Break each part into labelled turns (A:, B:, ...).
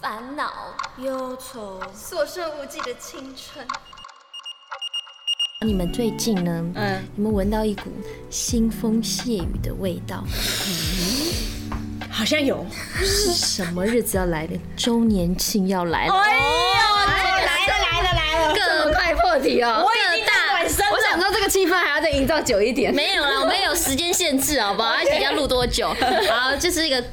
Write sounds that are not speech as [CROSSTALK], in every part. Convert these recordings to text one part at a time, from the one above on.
A: 烦恼、
B: 忧愁，
C: 所剩无几的青春。
A: 你们最近呢？
D: 嗯，
A: 你们闻到一股腥风血雨的味道，
E: 嗯
D: 好像有。
A: 是什么日子要来了？周年庆要来了，
D: 哎呦，来了来了来了！
E: 这么快破题哦！
D: 我已经在晚生
E: 我想
D: 了。
E: 说这个气氛还要再营造久一点。
A: 没有啦，我们有时间限制，好不
E: 哎
A: 好？一起要录多
E: [LAUGHS]
A: 久？好，就是一个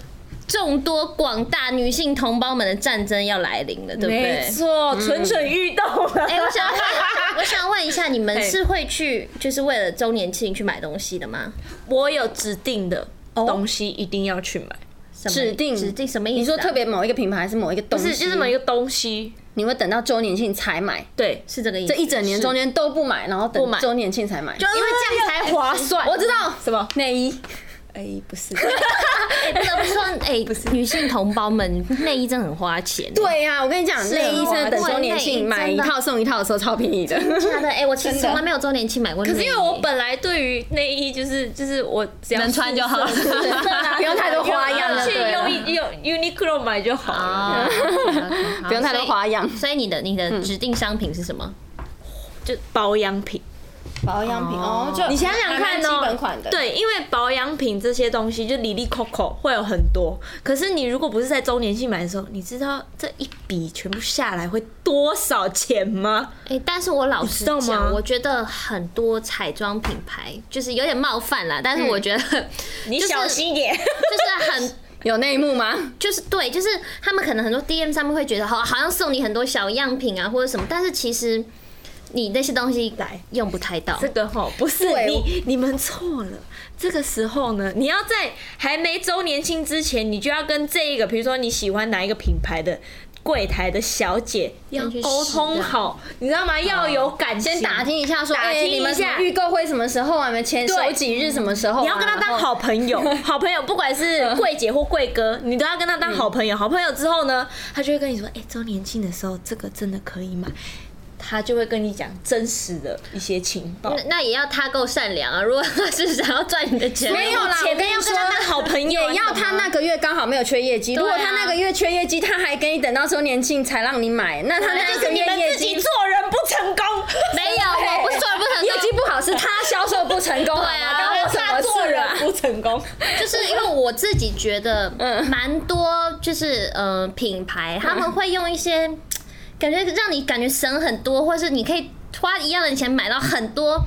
A: 众多广大女性同胞们的战争要来临了，对不
D: 没
A: 对？
D: 错，蠢蠢欲动啊了。
A: 哎、我想
E: [LAUGHS]
A: 要问，我想要问一下，你们是会去就是为了周年庆去买东西的吗？
D: 嗯我有指定的东西一定要去买，
A: 什么
E: 指定
A: 指定什么意思啊、
E: 你说特别某一个品牌还是某一个东
D: 不
E: 西？
D: 是就是某一个东西，
E: 你会等到周年庆才买，
D: 对，
A: 是这个意思？
E: 这一整年中间都不买，然后
D: 不买
E: 等周年庆才买。
D: 因为这样才划算。
E: 我知道
D: 什么？
E: 内衣，
D: 哎，不是，
A: 哎、不 [LAUGHS] 得不说，哎、女性同胞们内衣真的很花钱。
E: 对呀、我跟你讲，内衣真的等周年
A: 对
E: 庆买
A: 内衣
E: 一
A: 真的
E: 套送一套的时候超便宜的。
A: 真的，哎、我其实从来没有周年庆买过内衣。
D: 可是因为我本来对于内衣就是就是我只要
F: 能穿就好
A: [LAUGHS]
F: 了
D: 素色素色啊
E: 不用太多花样了
D: 去
E: 对啊
D: 用用 Uniqlo 买就好了。 [LAUGHS]
A: 啊，
E: 不用太多花样
A: 所以。所以你的你
D: 嗯
A: 的指定商品是什么？
D: 就保养品。
E: 保养品哦，就
D: 你想想看哦，
E: 基本款的，，
D: 对，因为保养品这些东西就里里扣扣会有很多，可是你如果不是在周年庆买的时候，你知道这一笔全部下来会多少钱吗？
A: 哎、但是我老实
D: 你知道
A: 讲，
D: 吗
A: 我觉得很多彩妆品牌就是有点冒犯啦，但是我觉得、
D: 你
A: 就是
D: 小心一点。
A: 就是很
E: 有内幕吗？
A: 就是对，就是他们可能很多 DM 上面会觉得好好像送你很多小样品啊或者什么，但是其实你那些东西
D: 来
A: 用不太到
D: 这。个吼不是你，你们错了。这个时候呢，你要在还没周年庆之前，你就要跟这一个，比如说你喜欢哪一个品牌的柜台的小姐要
A: 先去
D: 沟通
A: 试啊
D: 好，你知道吗？要有感情，
E: 先打听一下说，
D: 打
E: 哎，
D: 听
E: 你们
D: 一
E: 什
D: 下
E: 么预购会什么时候啊？你们前
D: 对
E: 首几日什么时候啊？
D: 你要跟他当好朋友，好朋友不管是柜姐或柜哥，你都要跟他当好朋友。好朋友之后呢，他就会跟你说，哎、周年庆的时候这个真的可以买，他就会跟你讲真实的一些情报
A: 那。那也要他够善良啊！ [LAUGHS] 如果他是想要赚你的钱，
E: 没有啦，
D: 前面要跟他当好朋友，啊
E: 也要
D: 你懂
E: 他
D: 吗
E: 那个月刚好没有缺业绩。如
A: 啊
E: 果他那个月缺业绩，他还给你等到周年庆才让你买，那他那
D: 哦就
E: 一
D: 是
E: 个
D: 你
E: 月
D: 们
E: 业
D: 自
E: 绩
D: 己做人不成功，
A: 没有，我不说不成
E: 业
A: 功，
E: 绩不好，是他销售不成
A: 对
E: 功，好
A: 啊
E: 吗关我什么事啊？
D: 不成功。
A: 就是因为我自己觉得，
E: [LAUGHS] 嗯
A: 蛮多就是呃品牌他们会用一些感觉让你感觉省很多，或是你可以花一样的钱买到很多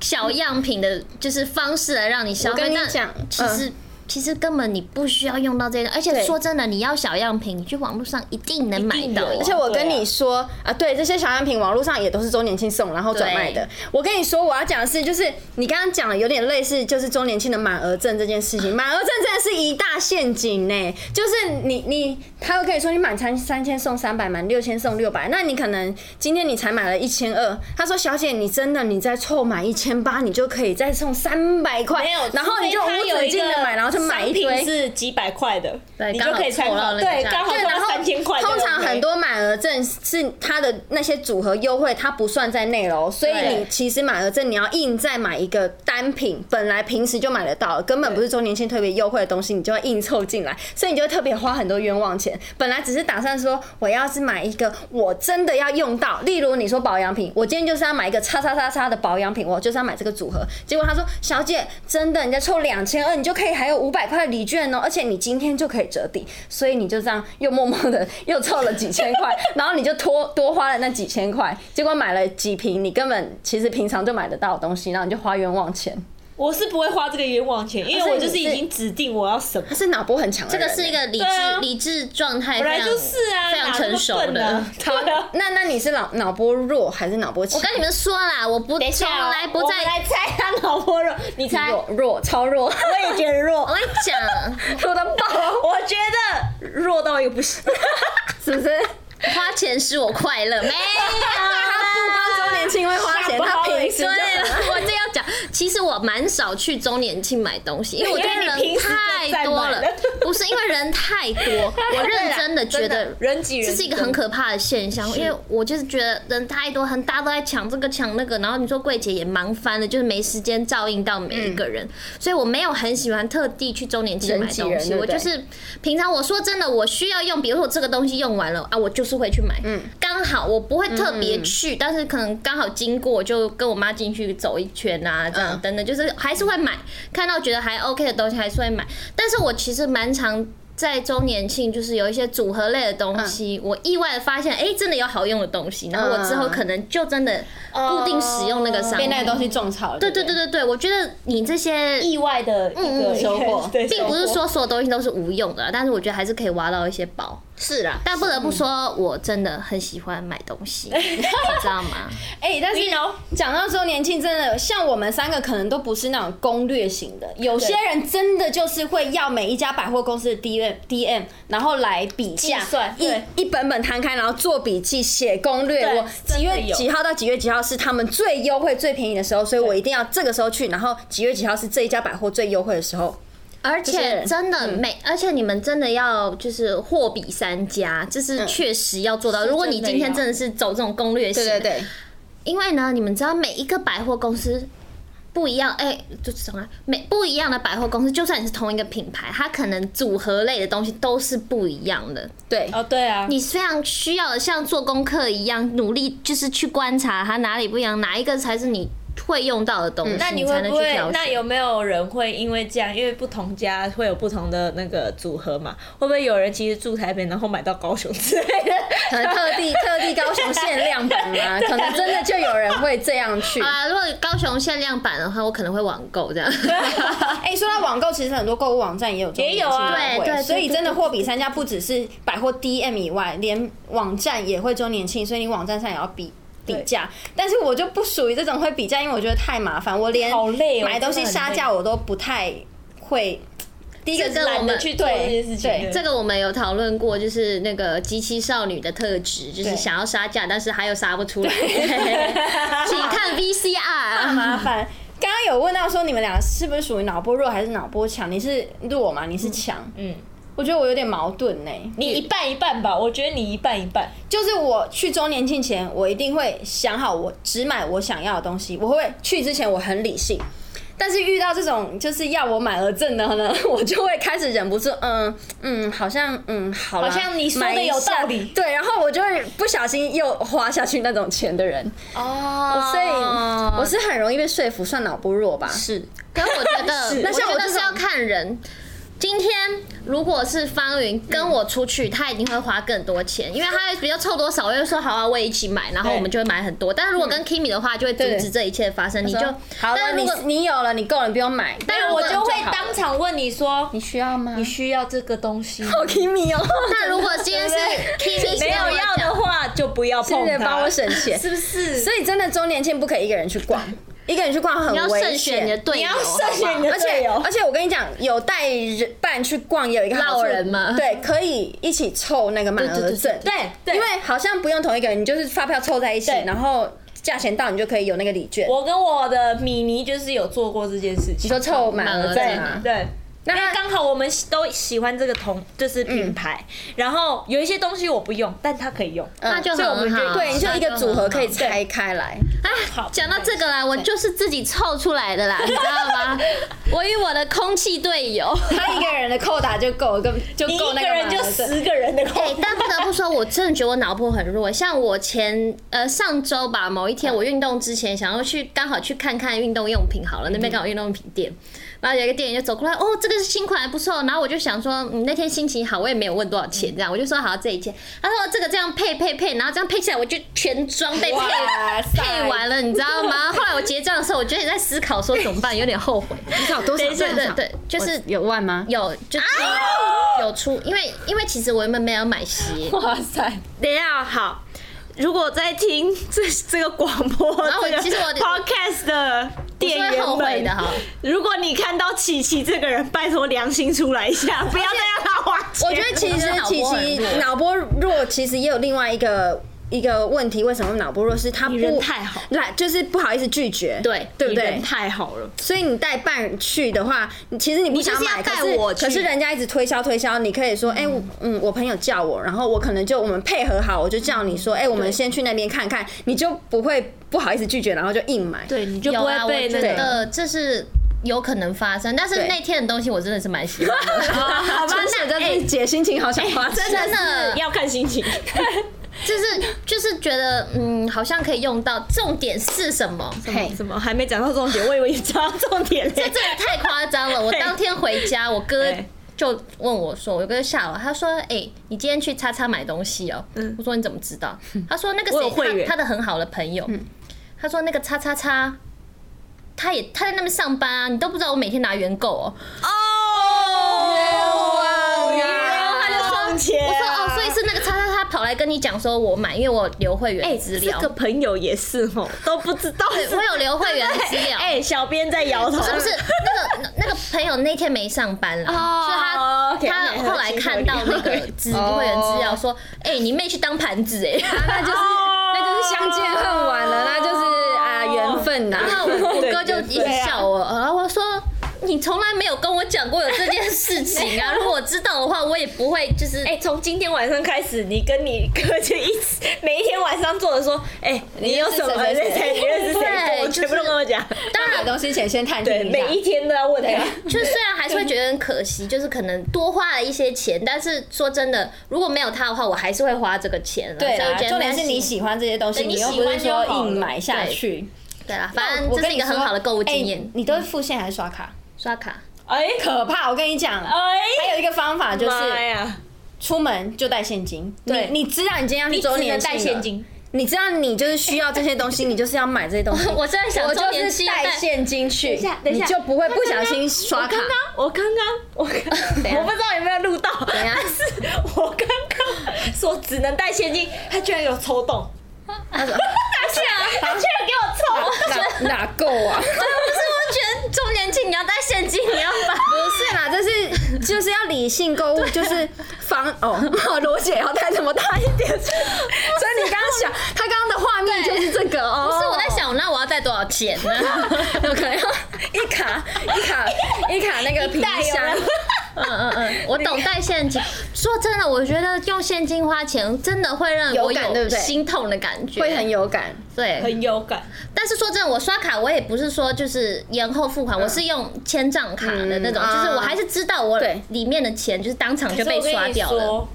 A: 小样品的，就是方式来让你消
E: 我
A: 费。
E: 跟你
A: 但
E: 讲嗯
A: 其实。其实根本你不需要用到这个，而且
E: 对
A: 说真的，你要小样品，你去网络上一定能买到。欸
E: 而且我跟你说啊，对，这些小样品网络上也都是周年庆送，然后转卖的。我跟你说，我要讲的是，就是你刚刚讲的有点类似，就是周年庆的满额赠这件事情。满额赠真的是一大陷阱呢、就是你你他会跟你说你满三三千送三百，满六千送六百，那你可能今天你才买了一千二，他说小姐你真的你再凑满一千八，你就可以再送三百块
D: [LAUGHS] 没有，，
E: 然后你就无
D: 除非他有
E: 止境的买，然后就买一
D: 商
E: 堆
D: 品。是几百块的，
A: 对
D: 你
A: 刚
D: 就
A: 好
D: 可以参
A: 凑到
D: 考。
A: 那个
D: 对，
A: 价
D: 刚好
E: 对，然
D: 到
E: 后
D: 三千块。
E: 通常很多满额赠是它的那些组合优惠，它不算在内喽。所以你其实满额赠你要硬再买一个单品，本来平时就买得到，根本不是周年庆特别优惠的东西，你就要硬凑进来，所以你就会特别花很多冤枉钱。本来只是打算说，我要是买一个我真的要用到，例如你说保养品，我今天就是要买一个叉叉叉叉的保养品，我就是要买这个组合。结果他说，小姐，真的，你再凑两千二，你就可以还有五百块礼券哦，而且你今天就可以折抵，所以你就这样又默默的 [LAUGHS] 又凑了几千 [LAUGHS] 块，然后你就多多花了那几千块，结果买了几瓶你根本其实平常就买得到的东西，然后你就花冤枉钱，
D: 我是不会花这个冤枉钱，因为我就是已经指定我要什么。
E: 他是脑波很强的
A: 这
E: 人
A: 个
E: 欸，
A: 是一个理智、
D: 对啊
A: 理智状态
D: 本
A: 非
D: 来
A: 常
D: 就是啊，
A: 非常成熟的。
E: [LAUGHS]
D: 好的，
E: 那那你是脑脑波弱还是脑波
A: 我
E: 强？
A: 跟你们说啦，我不从来不
D: 哦我
A: 在
D: 们来猜他脑波弱，你猜？
E: 弱弱超弱，
D: [LAUGHS] 我也觉得弱
A: 我，跟你讲，
E: 弱到爆，
D: 我觉得弱到一个不行。
E: [LAUGHS] 是不是？
A: 花钱使我快乐，没有啦。
E: 他不光周年庆会花钱，欸
D: 吓不
E: 他
D: 好
E: 平时
A: 对，啊
E: 就
A: 我这要讲，其实我蛮少去周年庆买东西，因为我觉得
D: 因为你
A: 人
D: 平时就在
A: 太多
D: 买
A: 了
D: 了，
A: 不是因为人太多，我认真的觉得
D: 人挤人
A: 这是一个很可怕的现象，因为我就是觉得人太多，很大家都在抢这个抢那个，然后你说柜姐也忙翻了，就是没时间照应到每一个人，所以我没有很喜欢特地去周年庆买
E: 人挤人
A: 东西，
E: 对
A: 我
E: 不对
A: 就是平常我说真的，我需要用，比如说我这个东西用完了啊，我就是会去买，
E: 嗯
A: 刚好我不会特别去，但是可能刚好经过就跟我妈进去走一圈啊，这样
E: 嗯
A: 等等，就是还是会买，看到觉得还 OK 的东西还是会买，但是我其实蛮常。在周年庆，就是有一些组合类的东西，
E: 嗯
A: 我意外的发现，哎、真的有好用的东西，然后我之后可能就真的固定使用那个商
E: 被
A: 品。
E: 嗯哦那个东西种草了。
A: 对
E: 对
A: 对对，对对，我觉得你这些
D: 意外的一
A: 嗯
D: 个
A: 嗯
E: 收获
D: 对
A: 并不是说所有东西都是无用的啊，但是我觉得还是可以挖到一些宝。
E: 是啦。
A: 但不得不说，我真的很喜欢买东
E: [LAUGHS]
A: 西，你知道吗？
E: 哎，但是
D: You know
E: 讲到周年庆，真的像我们三个可能都不是那种攻略型的，有些人真的就是会要每一家百货公司的 DM DM，然后来比价
D: 计算，对
E: 一一本本摊开，然后做笔记、写攻略。
D: 对
E: 我几
D: 真的
E: 月
D: 有
E: 几号到几月几号是他们最优惠、最便宜的时候，所以我一定要这个时候去，然后几月几号是这一家百货最优惠的时候。
A: 而
E: 这些
A: 且
E: 人
A: 真的
E: 嗯
A: 每，而且你们真的要就是货比三家，这
E: 嗯
A: 是确实要做到。如果你今天真的是走这种攻略型，
E: 对对，对，
A: 因为呢，你们知道每一个百货公司不一样，哎、就是什么啊每不一样的百货公司，就算你是同一个品牌，它可能组合类的东西都是不一样的。
E: 对，
D: 哦，对啊，
A: 你非常需要的像做功课一样努力，就是去观察它哪里不一样，哪一个才是你会用到的东西，
D: 那你
A: 才
D: 会
A: 能
D: 不
A: 去
D: 会
A: 挑？选。
D: 嗯那有没有人会因为这样，因为不同家会有不同的那个组合嘛？会不会有人其实住台北，然后买到高雄之类的？
E: 可能呃特地特地高雄限量版
D: [LAUGHS]
E: 啊，可能真的就有人会这样去。
A: 啊，如果高雄限量版的话，我可能会网购
D: [LAUGHS]
A: 这样。
E: 哎、说到网购，其实很多购物网站也有这种
D: 也有啊
E: 年庆优惠
A: 对对
E: 所以真的货比三家，不只是百货 DM 以外，连网站也会周年庆，所以你网站上也要比。比价，但是我就不属于这种会比价，因为我觉得太麻烦，我连
D: 好累哦
E: 买东西杀价我都不太
D: [LAUGHS]
E: 会。第一个
A: 这个
E: 是
A: 我
E: 懒
A: 们
E: 得
D: 去
E: 去
D: 做
E: 做这
D: 这件
E: 件
D: 事
E: 事
D: 情
E: 情
D: 的
E: 的，
A: 这个我们有讨论过，就是那个极其少女的特质，就是想要杀价，但是还有杀不
D: [LAUGHS]
A: 出来。 [LAUGHS] 请看 VCR。
E: 麻烦。刚刚有问到说你们俩是不是属于脑波弱还是脑波强？你是弱嘛？你是强？
D: 嗯，
E: 我觉得我有点矛盾呢、
D: 你一半一半吧，我觉得你一半一半。
E: 就是我去周年庆前，我一定会想好，我只买我想要的东西。我会去之前我很理性，但是遇到这种就是要我买而赠的呢， [LAUGHS] 我就会开始忍不住，嗯嗯，好像嗯好啦
D: 好像你说的
E: 买一
D: 有
E: 下
D: 道理
E: 对，然后我就会不小心又花下去那种钱的人，
A: 哦
E: 所以我是很容易被说服，算脑不弱吧？是，
A: 可是我觉得
E: [LAUGHS] 是，那像
A: 我
E: 我
A: 觉得是
E: 这种
A: 要看人。今天如果是方云跟我出去，他一定会花更多钱，因为他比较凑多少，我就说好啊，我也一起买，然后
D: 对
A: 我们就会买很多。但是如果跟 Kimi 的话，就会阻
E: 对
A: 止这一切的发生，你就
E: 嗯好
A: 但
E: 了，
A: 如
E: 你
A: 果
E: 你有了，你够了，你不用买。
A: 但如
D: 我
A: 果
D: 就会
E: 好了
D: 当场问你说，
E: 你需要吗？
D: 你需要这个东西吗？
E: 好 Kimi 哦，
A: 那如果今天是 Kimi
D: 没有要的话，就不要
E: [LAUGHS] 谢
D: 碰它。
E: 谢帮我省钱。
D: 是不是？
E: 所以真的周年庆不可以一个人去
A: [LAUGHS]
E: 逛，一个人去逛很
A: 你要
E: 危
A: 慎选你的
E: 险。
A: 队友，
D: 你要
A: 好不好
D: 慎哦选你的
E: 而
D: 队
E: 且
D: 友
E: 而且我跟你讲，有带人伴去逛也有一个好
A: 落
E: 处，
A: 人嘛
E: 对，可以一起凑那个满额赠，
D: 对对对对
E: 因为好像不用同一个人，你就是发票凑在一起
D: 对，
E: 然后价钱到你就可以有那个礼券。
D: 我跟我的米妮就是有做过这件事情。
E: 你说凑嗯满额
A: 对
E: 赠吗？
D: 对，
E: 那
D: 因为刚好我们都喜欢这个同就是品牌，然后有一些东西我不用，但它可以用。
A: 那就
D: 所以我
A: 很
D: 们就
A: 好。
E: 对，你就一个组合可以
A: 那就很好。
E: 拆开来。
A: 哎，讲到这个啦，我就是自己凑出来的啦，你知道
E: [LAUGHS]
A: 吗？我与我的空气队友。
E: 他一个人的扣打就够，跟就
D: 你
E: 够
D: 一
E: 那
D: 个
E: 个
D: 人
E: 满
D: 就
E: 额赠。
D: 十个人的空
A: 哎、但不得不说，我真的觉得我脑波很弱。像我前呃上周吧，某一天我运动之前想要去，刚好去看看运动用品好了，那边刚好运动用品店，然后有一个店员就走过来，哦，这个是新款还不错。然后我就想说，嗯，那天心情好，我也没有问多少钱，这样我就说好这一件。他说哦这个这样配配配，然后这样配起来我就全装备配
E: 哇塞
A: 配完了，你知道吗？后来我结账的时候，我觉得在思考说怎么办，有点后悔。
E: 你少多
A: 对对对对，就是
E: 有万吗？
A: 有就是有出，因为因为其实我原本没有买鞋，
E: 哇塞！
D: 等一下，好。如果在听这这个广播，
A: 后我
D: 这个
A: 其实我
D: podcast 的店
A: 我是会
D: 员
A: 后悔
D: 们
A: 的哈，
D: 如果你看到琪琪这个人，拜托良心出来一下，不要再让他花钱。
E: [LAUGHS] 我觉得其实
A: 我觉得
E: 琪
A: 脑波很
E: 琪
A: 弱
E: 脑波弱，其实也有另外一个一个问题，为什么脑波弱是他不
D: 你人太好
E: 来就是不好意思拒绝，
A: 对
E: 对不
D: 你人
E: 对？
D: 太好了，
E: 所以你带伴去的话，你其实你不想买，
D: 你就是要
E: 可
D: 带
E: 是
D: 我去
E: 可是人家一直推销推销，你可以说，哎、我嗯，我朋友叫我，然后我可能就我们配合好，我就叫你说，哎、我们先去那边看看，你就不会不好意思拒绝，然后就硬买。
D: 对，你就
A: 有
D: 不
A: 啊，
D: 会
A: 我
D: 被
A: 觉
D: 那个。
A: 得这是有可能发生，但是
E: 对
A: 那天的东西我真的是蛮喜欢的，哎
E: 好
A: [LAUGHS]
E: 吧，那哎真的姐心情好想花，真
A: 真的
D: 要看心情， [LAUGHS]
A: 就是就是觉得嗯，好像可以用到。重点是什么？
E: 嘿，
D: 怎么还没讲到重点？我以为你讲到重点
A: 哎这
D: 嘞
A: 真。的太夸张
D: [LAUGHS]
A: 了！我当天回家，我哥
D: 对
A: 就问我说：“我哥吓我，他说：‘哎、你今天去叉叉买东西哦、我说：‘你怎么知道？’
D: [LAUGHS]
A: 他说：‘那个
D: 嗯我有会
A: 谁，
D: 员嗯
A: 他他的很好的朋友，他说那个叉叉叉。’他也他在那边上班啊，你都不知道我每天拿原购哦、
D: 哦，然后他就双钱。
A: 我说哦，所以是那个叉叉叉跑来跟你讲说我买，因为我留会
D: 哎，
A: 员资料，
D: 这个朋友也是哦，都不知道
A: 对
D: 是
A: 我有留会员资料。
D: [LAUGHS] 哎，小编在摇头，
A: 是不是那个那个朋友那天没上班啦，
D: 哦
A: 所以他
D: OK，
A: 他
D: 那也合
A: 后来
D: 情合
A: 看到
D: 理
A: 那个资会员资料说，哎，你妹去当盘子
E: [LAUGHS]
A: 哎，
E: 那就是那就是相见恨晚了，那就是啊缘分呐。
A: 然后我我哥就一直
D: 对啊
A: 笑我，然后我说。你从来没有跟我讲过有这件事情
E: [LAUGHS]
A: 啊！如果我知道的话，我也不会就是
D: 哎、从今天晚上开始，你跟你哥就一起，每一天晚上做的说，哎、你有什么
E: 你认识谁谁
D: 谁你认识谁，
A: 对
D: 我全部都跟我讲。
E: 当然，东西前先探
D: 对，
E: 听一下
D: 每。一天都要问他。
A: 就虽然还是会觉得很可惜，就是可能多花了一些钱，但是说真的，如果没有他的话，我还是会花这个钱了。
E: 对
A: 所以我
E: 啦，
A: 觉得
E: 重点是
A: 没关系
E: 你喜欢这些东西，
A: 对你
E: 又不是
A: 喜欢
E: 说
A: 就好了
E: 硬买下去。
A: 对啦，反正
E: 我
A: 这
E: 跟
A: 是一
E: 你
A: 个很
E: 说
A: 好的购物经
E: 哎
A: 验。
E: 你都是付现还是刷卡？
A: 刷卡， [LAUGHS]
D: 哎、
E: 可怕！我跟你讲，
A: 哦
D: 哎，
E: 还有一个方法就是
D: 妈呀，
E: 出门就带现金。
D: 对
E: 你你知道你今天要去周
D: 只
E: 年
D: 能
E: 庆
D: 带
E: 了
D: 现，金，
E: 你知道你就是需要这些东西，你就是要买这些东西。
A: [LAUGHS] 我现在想
E: 我
A: 周
E: 就
A: 年啊
E: 是
A: 庆
E: 带
A: 带
E: 现金去
D: 一下，等一
E: 你
D: 下
E: 就不会
D: 他
E: 不
D: 刚
E: 小
D: 刚
E: 心刷卡。
D: 我刚刚，我刚刚，
A: 等一下
D: 我不知道有没有录到，
A: 一下
D: 但是我刚刚说只能带现金，他居然有抽动，
E: 他说
D: 他居然，他居然给我抽。
E: 哪哪够啊？
A: 不是，我觉得周年庆你要带现金，你要把
E: 不是啦，这是就是要理性购物，就是防哦，罗姐要带这么大一点，所以你刚刚想，她刚刚的画面就是这个哦。
A: 不是我在想，那我要带多少钱呢？ [LAUGHS]
E: 有可能要一卡一卡 [LAUGHS] 一卡那个皮箱，
A: 嗯嗯嗯，我懂带现金。说真的，我觉得用现金花钱真的会让我
E: 有感对
A: 有
E: 不对
A: 心痛的感觉，
E: 会很有感。
A: 对，
D: 很有感，
A: 但是说真的，我刷卡我也不是说就是延后付款，我是用千账卡的那种，
E: 嗯
A: 就是我还是知道我
E: 对
A: 里面的钱就是当场就被
D: 可是我
A: 刷
D: 跟你
A: 掉了。
D: 说。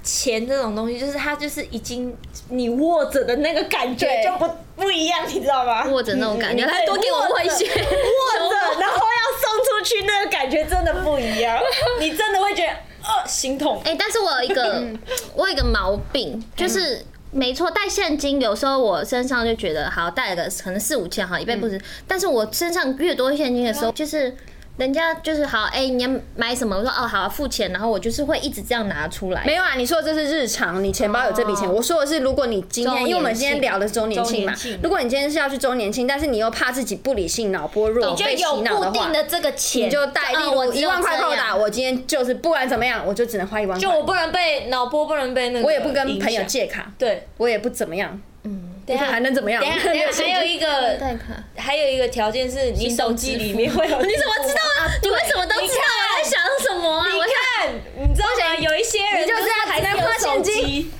D: 钱这种东西，就是它就是已经你握着的那个感觉
E: 对
D: 就不不一样，你知道吗？
A: 握着那种感觉，
D: 嗯嗯
A: 来多给我握一些。
D: 握着，然后要送出去，那个感觉真的不一
A: [LAUGHS]
D: 样，你真的会觉得呃心痛。
A: 哎、但是我有一个， [LAUGHS] 我有一个毛病，就是没错，带现金有时候我身上就觉得好带个可能四五千好，一倍不止，但是我身上越多现金的时候，就是。人家就是好，哎、你要买什么？我说哦，好、啊，付钱，然后我就是会一直这样拿出来。
E: 没有啊，你说这是日常，你钱包有这笔钱。我说的是，如果你今
A: 周年
E: 天，
A: 庆
E: 因为我们今天聊的是周年庆嘛
D: 周年庆，
E: 如果你今天是要去周年庆，但是你又怕自己不理性、脑波弱
D: 就
E: 被洗
D: 有
E: 脑
D: 固
E: 的
D: 定
E: 话，
D: 的这个钱，
E: 你就哦带，
A: 嗯
E: 例
A: 我
E: 如
A: 只
E: 一
A: 有
E: 万块
A: 这
E: 扣打，
A: 样
E: 我今天就是不管怎么样，我就只能花一万
D: 就
E: 块，
D: 我不能被脑波，不能被那个，
E: 我也不跟朋友。借卡，
D: 对，
E: 我也不怎么样，
D: 等一下
E: 还能怎么样 [LAUGHS]
D: 等一下，等一下，还有一个，
A: 贷款。
D: 还有一个条件是你手机里面会有，你
A: [LAUGHS] 你怎么知道？啊你为什么都知道我在想什么啊？
D: 你
A: 我
D: 看，你知道吗？有一些人
E: 你就是要
D: 还
E: 只能
D: 是有
E: 花现金
D: 手机，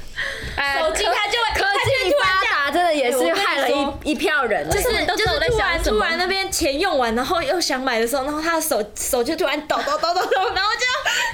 E: 哎
D: 手机
E: 科
D: 它
A: [LAUGHS]
D: 就会
E: 科
D: 它就会
E: 技
D: 突然这样
E: 发达，真的也是
D: 哎我跟你
E: 害了
D: 说
E: 一一票人呢，
D: [LAUGHS] 就是
A: 都
D: 就
A: 知道我在
D: 是突
A: 想
D: 然
A: 什
D: 突
A: 么
D: 然那边钱用完，然后又想买的时候，然后他的手手就突然抖抖抖抖抖，然后就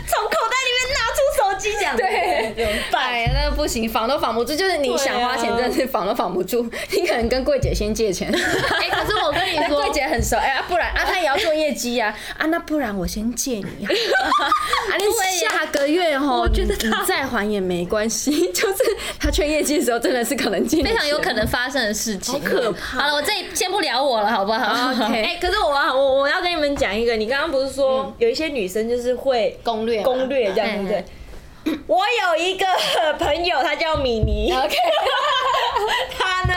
D: 从口袋里面拿出手机这样，
E: 对
D: 怎么办？
E: 哎，那不行，防都防不住，就是你想花钱，
D: 对啊
E: 真的是防都防不住。你可能跟柜姐先借
D: [LAUGHS]
E: 钱，
A: [LAUGHS] 哎，可是我跟你
E: 那
A: 说
E: [LAUGHS] 柜，姐很熟，哎、啊不然啊，她也要做业绩呀、啊，啊，那不然我先借
D: [LAUGHS]
E: 你啊，啊，你下个月哦，我觉得你再还也没关系，就是她缺业绩的时候，真的是可能借你
A: 非常有
E: 钱
A: 可。能发生的事情，
D: 好可怕
A: 好了，我这里先不聊我了，好不好
E: OK
A: [LAUGHS]
D: 哎、可是我啊我我要跟你们讲一个，你刚刚不是说、有一些女生就是会
E: 攻略嘛
D: 攻略这样，对
A: 嗯
D: 不对？我有一个朋友，她叫米
A: [LAUGHS]
D: 妮。
E: OK，
D: [LAUGHS] 他呢，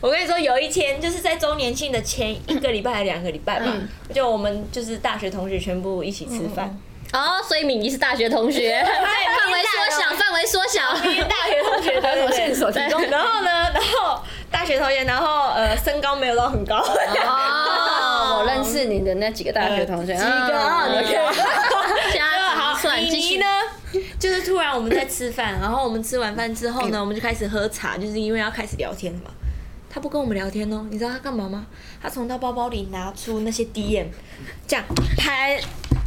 D: 我跟你说，有一天就是在周年庆的前一个礼拜还两个礼拜吧，
A: 嗯
D: 就我们就是大学同学全部一起吃饭，
A: 哦，所以敏仪
E: [LAUGHS]
A: 哎
E: 哦
A: 是大学同学，范围缩小，范围缩小。嗯
D: 因为大学同学
E: 还有什么线索
D: 对
E: 提供
D: 哦然后呢，然后呃大学同学，然后呃，身高没有到很高，
E: 哦，我 [LAUGHS] 认识你的那几个大学同学，
D: 几个
E: 啊
D: 你看 [LAUGHS]
A: 加
D: 嗯好
A: 计，算
D: 妮
A: 继
D: 妮
A: 续
D: 呢，就是突然我们在吃饭，然后我们吃完饭之后呢，我们就开始喝茶，就是因为要开始聊天了嘛。他不跟我们聊天哦，你知道他干嘛吗？他从他包包里拿出那些 DM，这样拍，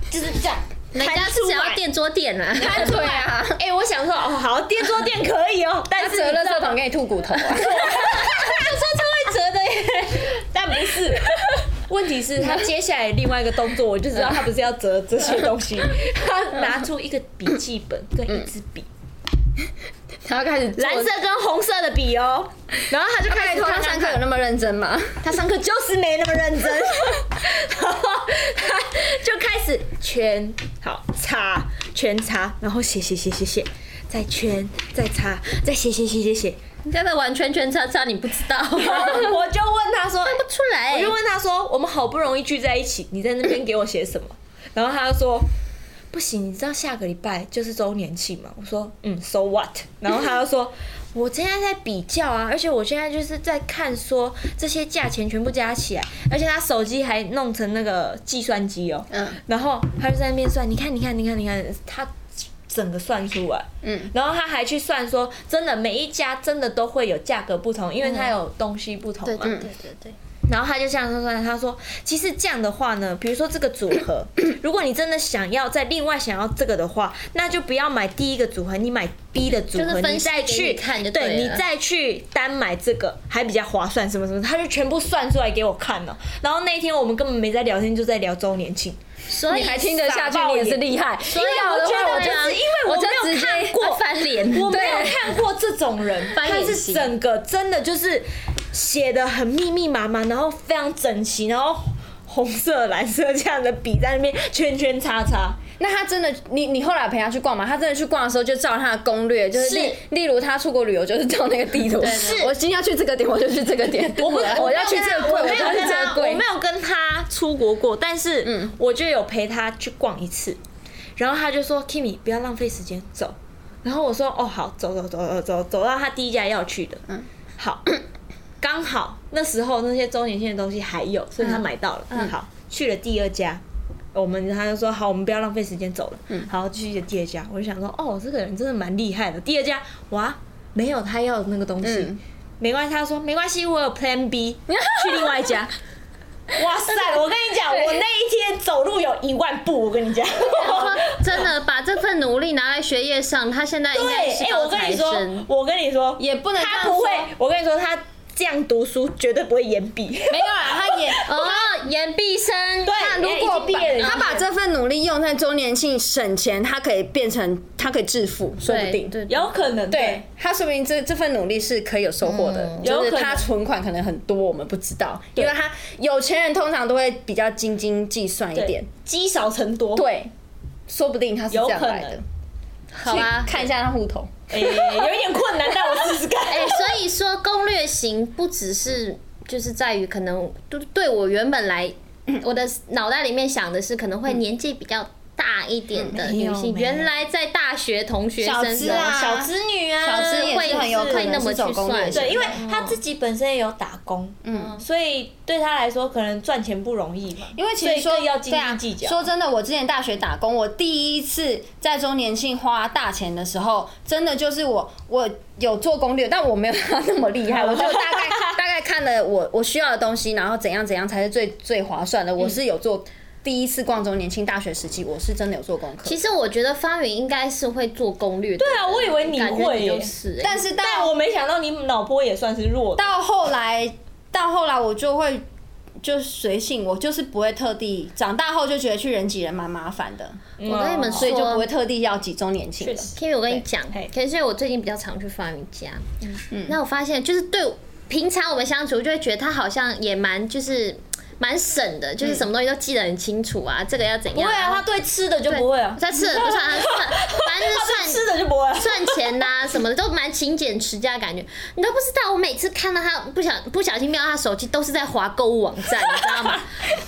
D: 就是这样。
A: 人家是想要
D: 点
A: 垫桌垫啊， [LAUGHS]
E: 对啊，
D: 哎、我想说哦， [LAUGHS] 好，电桌垫可以哦，但
E: 他
D: 是
E: 折
D: 你
E: 了
D: 知道
E: 社团给你吐骨头
D: [LAUGHS]
E: 啊，
D: 有时候超会折的耶，但不是。问题是，他接下来另外一个动作，我就知道他不是要折这些东 [LAUGHS] 西。他拿出一个笔记本跟一支笔，
E: [LAUGHS] 然后开始
D: 蓝
E: [LAUGHS]
D: 色跟红色的笔哦。然后他就开
E: 拜
D: 始
E: 托，
D: 看
E: 他
D: 看
E: 上
D: 看
E: 课有那么认真 [LAUGHS] 吗？
D: 他上课就是没那么认真，然后他就开始圈好擦圈擦，然后写写写写写，再圈再擦再写写写写写。
A: 人家在玩圈圈叉叉，你不知
E: [LAUGHS]
A: 道，
D: [LAUGHS] 我就问他说，
A: 不出来
D: 我就。问他说：“我们好不容易聚在一起，你在那边给我写什么？” [LAUGHS] 然后他就说：“不行，你知道下个礼拜就是周年庆嘛。”我说：“嗯，so what？” 然后他就说：“我现在在比较啊，而且我现在就是在看说这些价钱全部加起来，而且他手机还弄成那个计算机哦，
E: 嗯
D: 然后他就在那边算，你看，你看，你看，你看，他整个算出来，
E: 嗯，
D: 然后他还去算说，真的每一家真的都会有价格不同，因为它有东西不同
A: 对
D: 嘛，
E: 嗯
A: 对对对，
D: 然后他就这样说算，他说其实这样的话呢，比如说这个组
A: [COUGHS]
D: 合，如果你真的想要再另外想要这个的话，那就不要买第一个组合，你买 B 的组
A: 就
D: 合，
A: 是分析
D: 再
A: 给
D: 去
A: 你看就对
D: 对，你
A: 了
D: 再去单买这个还比较划算，什么什么，他就全部算出来给我看了。然后那一天我们根本没在聊天，就在聊周年庆。
A: 所以
E: 还听得下去，你也是厉害。
D: 因为
E: 要
D: 我
E: 的
D: 觉
E: 话
D: 得
E: 我就
D: 呢
E: 是
D: 因为我
E: 我就
D: 没有
E: 直接
D: 看 [LAUGHS] 过
A: 翻脸，
D: 我没
A: 对
D: 有看过这种人， [LAUGHS]
A: 翻
D: 他
A: 脸
D: 是
A: 型
D: 整个真的就是写的很密密麻麻，然后非常整齐，然后红色、蓝色这样的笔在那边圈圈叉叉。
E: 那他真的，你你后来陪他去逛吗？他真的去逛的时候就照他的攻略，就是例例如他出国旅游就是照那个地图，
A: 对
E: [LAUGHS] 我今天要去这个点，我就去这个点，我
D: 我不是
E: 我要去这个柜，
D: 我
E: 我
D: 没
E: 就
D: 有
E: 去
D: 跟
E: 这个
D: 他，我
E: 柜
D: 没。有嗯跟他出国过，但是我就有陪他去逛一次，然后他就说：“Kimi，不要浪费时间，走。”然后我说：“哦，好，走走走走走，走到他第一家要去的。”嗯，好，刚好那时候那些周年庆的东西还有，所以他买到了。
E: 嗯
D: 好，去了第二家。我们他就说好，我们不要浪费时间走了。嗯，好，继续第二家。我就想说，哦，这个人真的蛮厉害的。第二家哇，没有他要的那个东西，
E: 嗯
D: 没关系。他说没关系，我有 Plan
E: [LAUGHS]
D: B，去另外一家。哇塞！我跟你讲，我那一天走路有一万步，我跟
E: [LAUGHS]
D: 你讲。
A: 说真的，把这份努力拿来学业上，他现在应
D: 对，
A: 该是
D: 哎、
A: 高
D: 我跟
A: 材
D: 你说
A: 生，。
D: 我跟你说，
E: 也不能这样
D: 他
E: 说
D: 不会。我跟你说，他这样读书绝对不会延毕。 [LAUGHS]
E: 没有啦，他也
A: 哦，岩壁生，
D: 对，
E: 如果
D: 已经毕
E: [LAUGHS]
D: 业了，
E: 把他把这份努力用在周年庆省钱，他可以变成他可以致富，说不定。
A: 对对
D: 有可能
E: 对。他说明这这份努力是可以有收获的，
D: 有
E: 就
D: 可
E: 是
D: 能
E: 他存款可能很多，我们不知道，因为他有钱人通常都会比较斤斤计算一
D: 对
E: 点，
D: 积少成多。，
E: 对，说不定他是这样来
D: 有可
E: 的
D: 能。
A: 好啊
E: 去。看一下他户头。
D: 哎、有一点困难，但我试试看。 [LAUGHS]
A: 哎、所以说攻略型不只是就是在于可能对对我原本来我的脑袋里面想的是可能会年纪比较大一点的
D: 没有
A: 女性，
D: 没有
A: 原来在大学同学
E: 小
A: 生
E: 资
A: 中
E: 啊
D: 小资女啊，
E: 小资也
A: 会
E: 是很有可能
A: 会那么
E: 是走
A: 去
E: 攻略
A: 算，
E: 型
D: 对，因为她自己本身也有打工，嗯，所以对她来说可能赚钱不容易嘛。
E: 因为其实
D: 所以
E: 说
D: 更要斤
E: 对啊
D: 斤计较。
E: 说真的，我之前大学打工，我第一次在周年庆花大钱的时候，真的就是我我有做攻略，但我没有 [LAUGHS] 他那么厉害，我就大
D: [LAUGHS]
E: 概大概看了我我需要的东西，然后怎样怎样才是最最划算的。
D: 嗯
E: 我是有做第一次逛周年庆，大学时期我是真的有做功课
A: 其，实我觉得方宇应该是会做攻略的，对
D: 对啊，我以为你
A: 感觉
D: 会
A: 你
D: 耶，
A: 就是、哎
E: 但是到
D: 但我没想到你脑波也算是弱的。
E: 到后来到后来我就会。就随性，我就是不会特地。长大后就觉得去人挤人蛮麻烦的，
A: 我跟你们
E: 所以就不会
A: 说。
E: 特地要挤周年庆
D: 哦确
A: Kimi，
E: 了。
D: 实
A: 我跟你讲
D: 嘿，嗯
A: 可是我最近比较常去方宇家，那我发现就是对平常我们相处就会觉得他好像也蛮就是蛮省的，就是什么东西都记得很清楚啊，这个要怎
D: 嗯不
A: 样
D: 会
A: 啊？
D: 啊，他对吃的就不会啊，
A: 他吃的不算，他算反正就是
D: [LAUGHS] 他
A: 算
D: 对吃的就不会啊。
A: 算钱呐、什么的都蛮勤俭持家的感觉。你都不知道，我每次看到他不小不小心瞄到他手机，都是在划购物网站，你知道吗？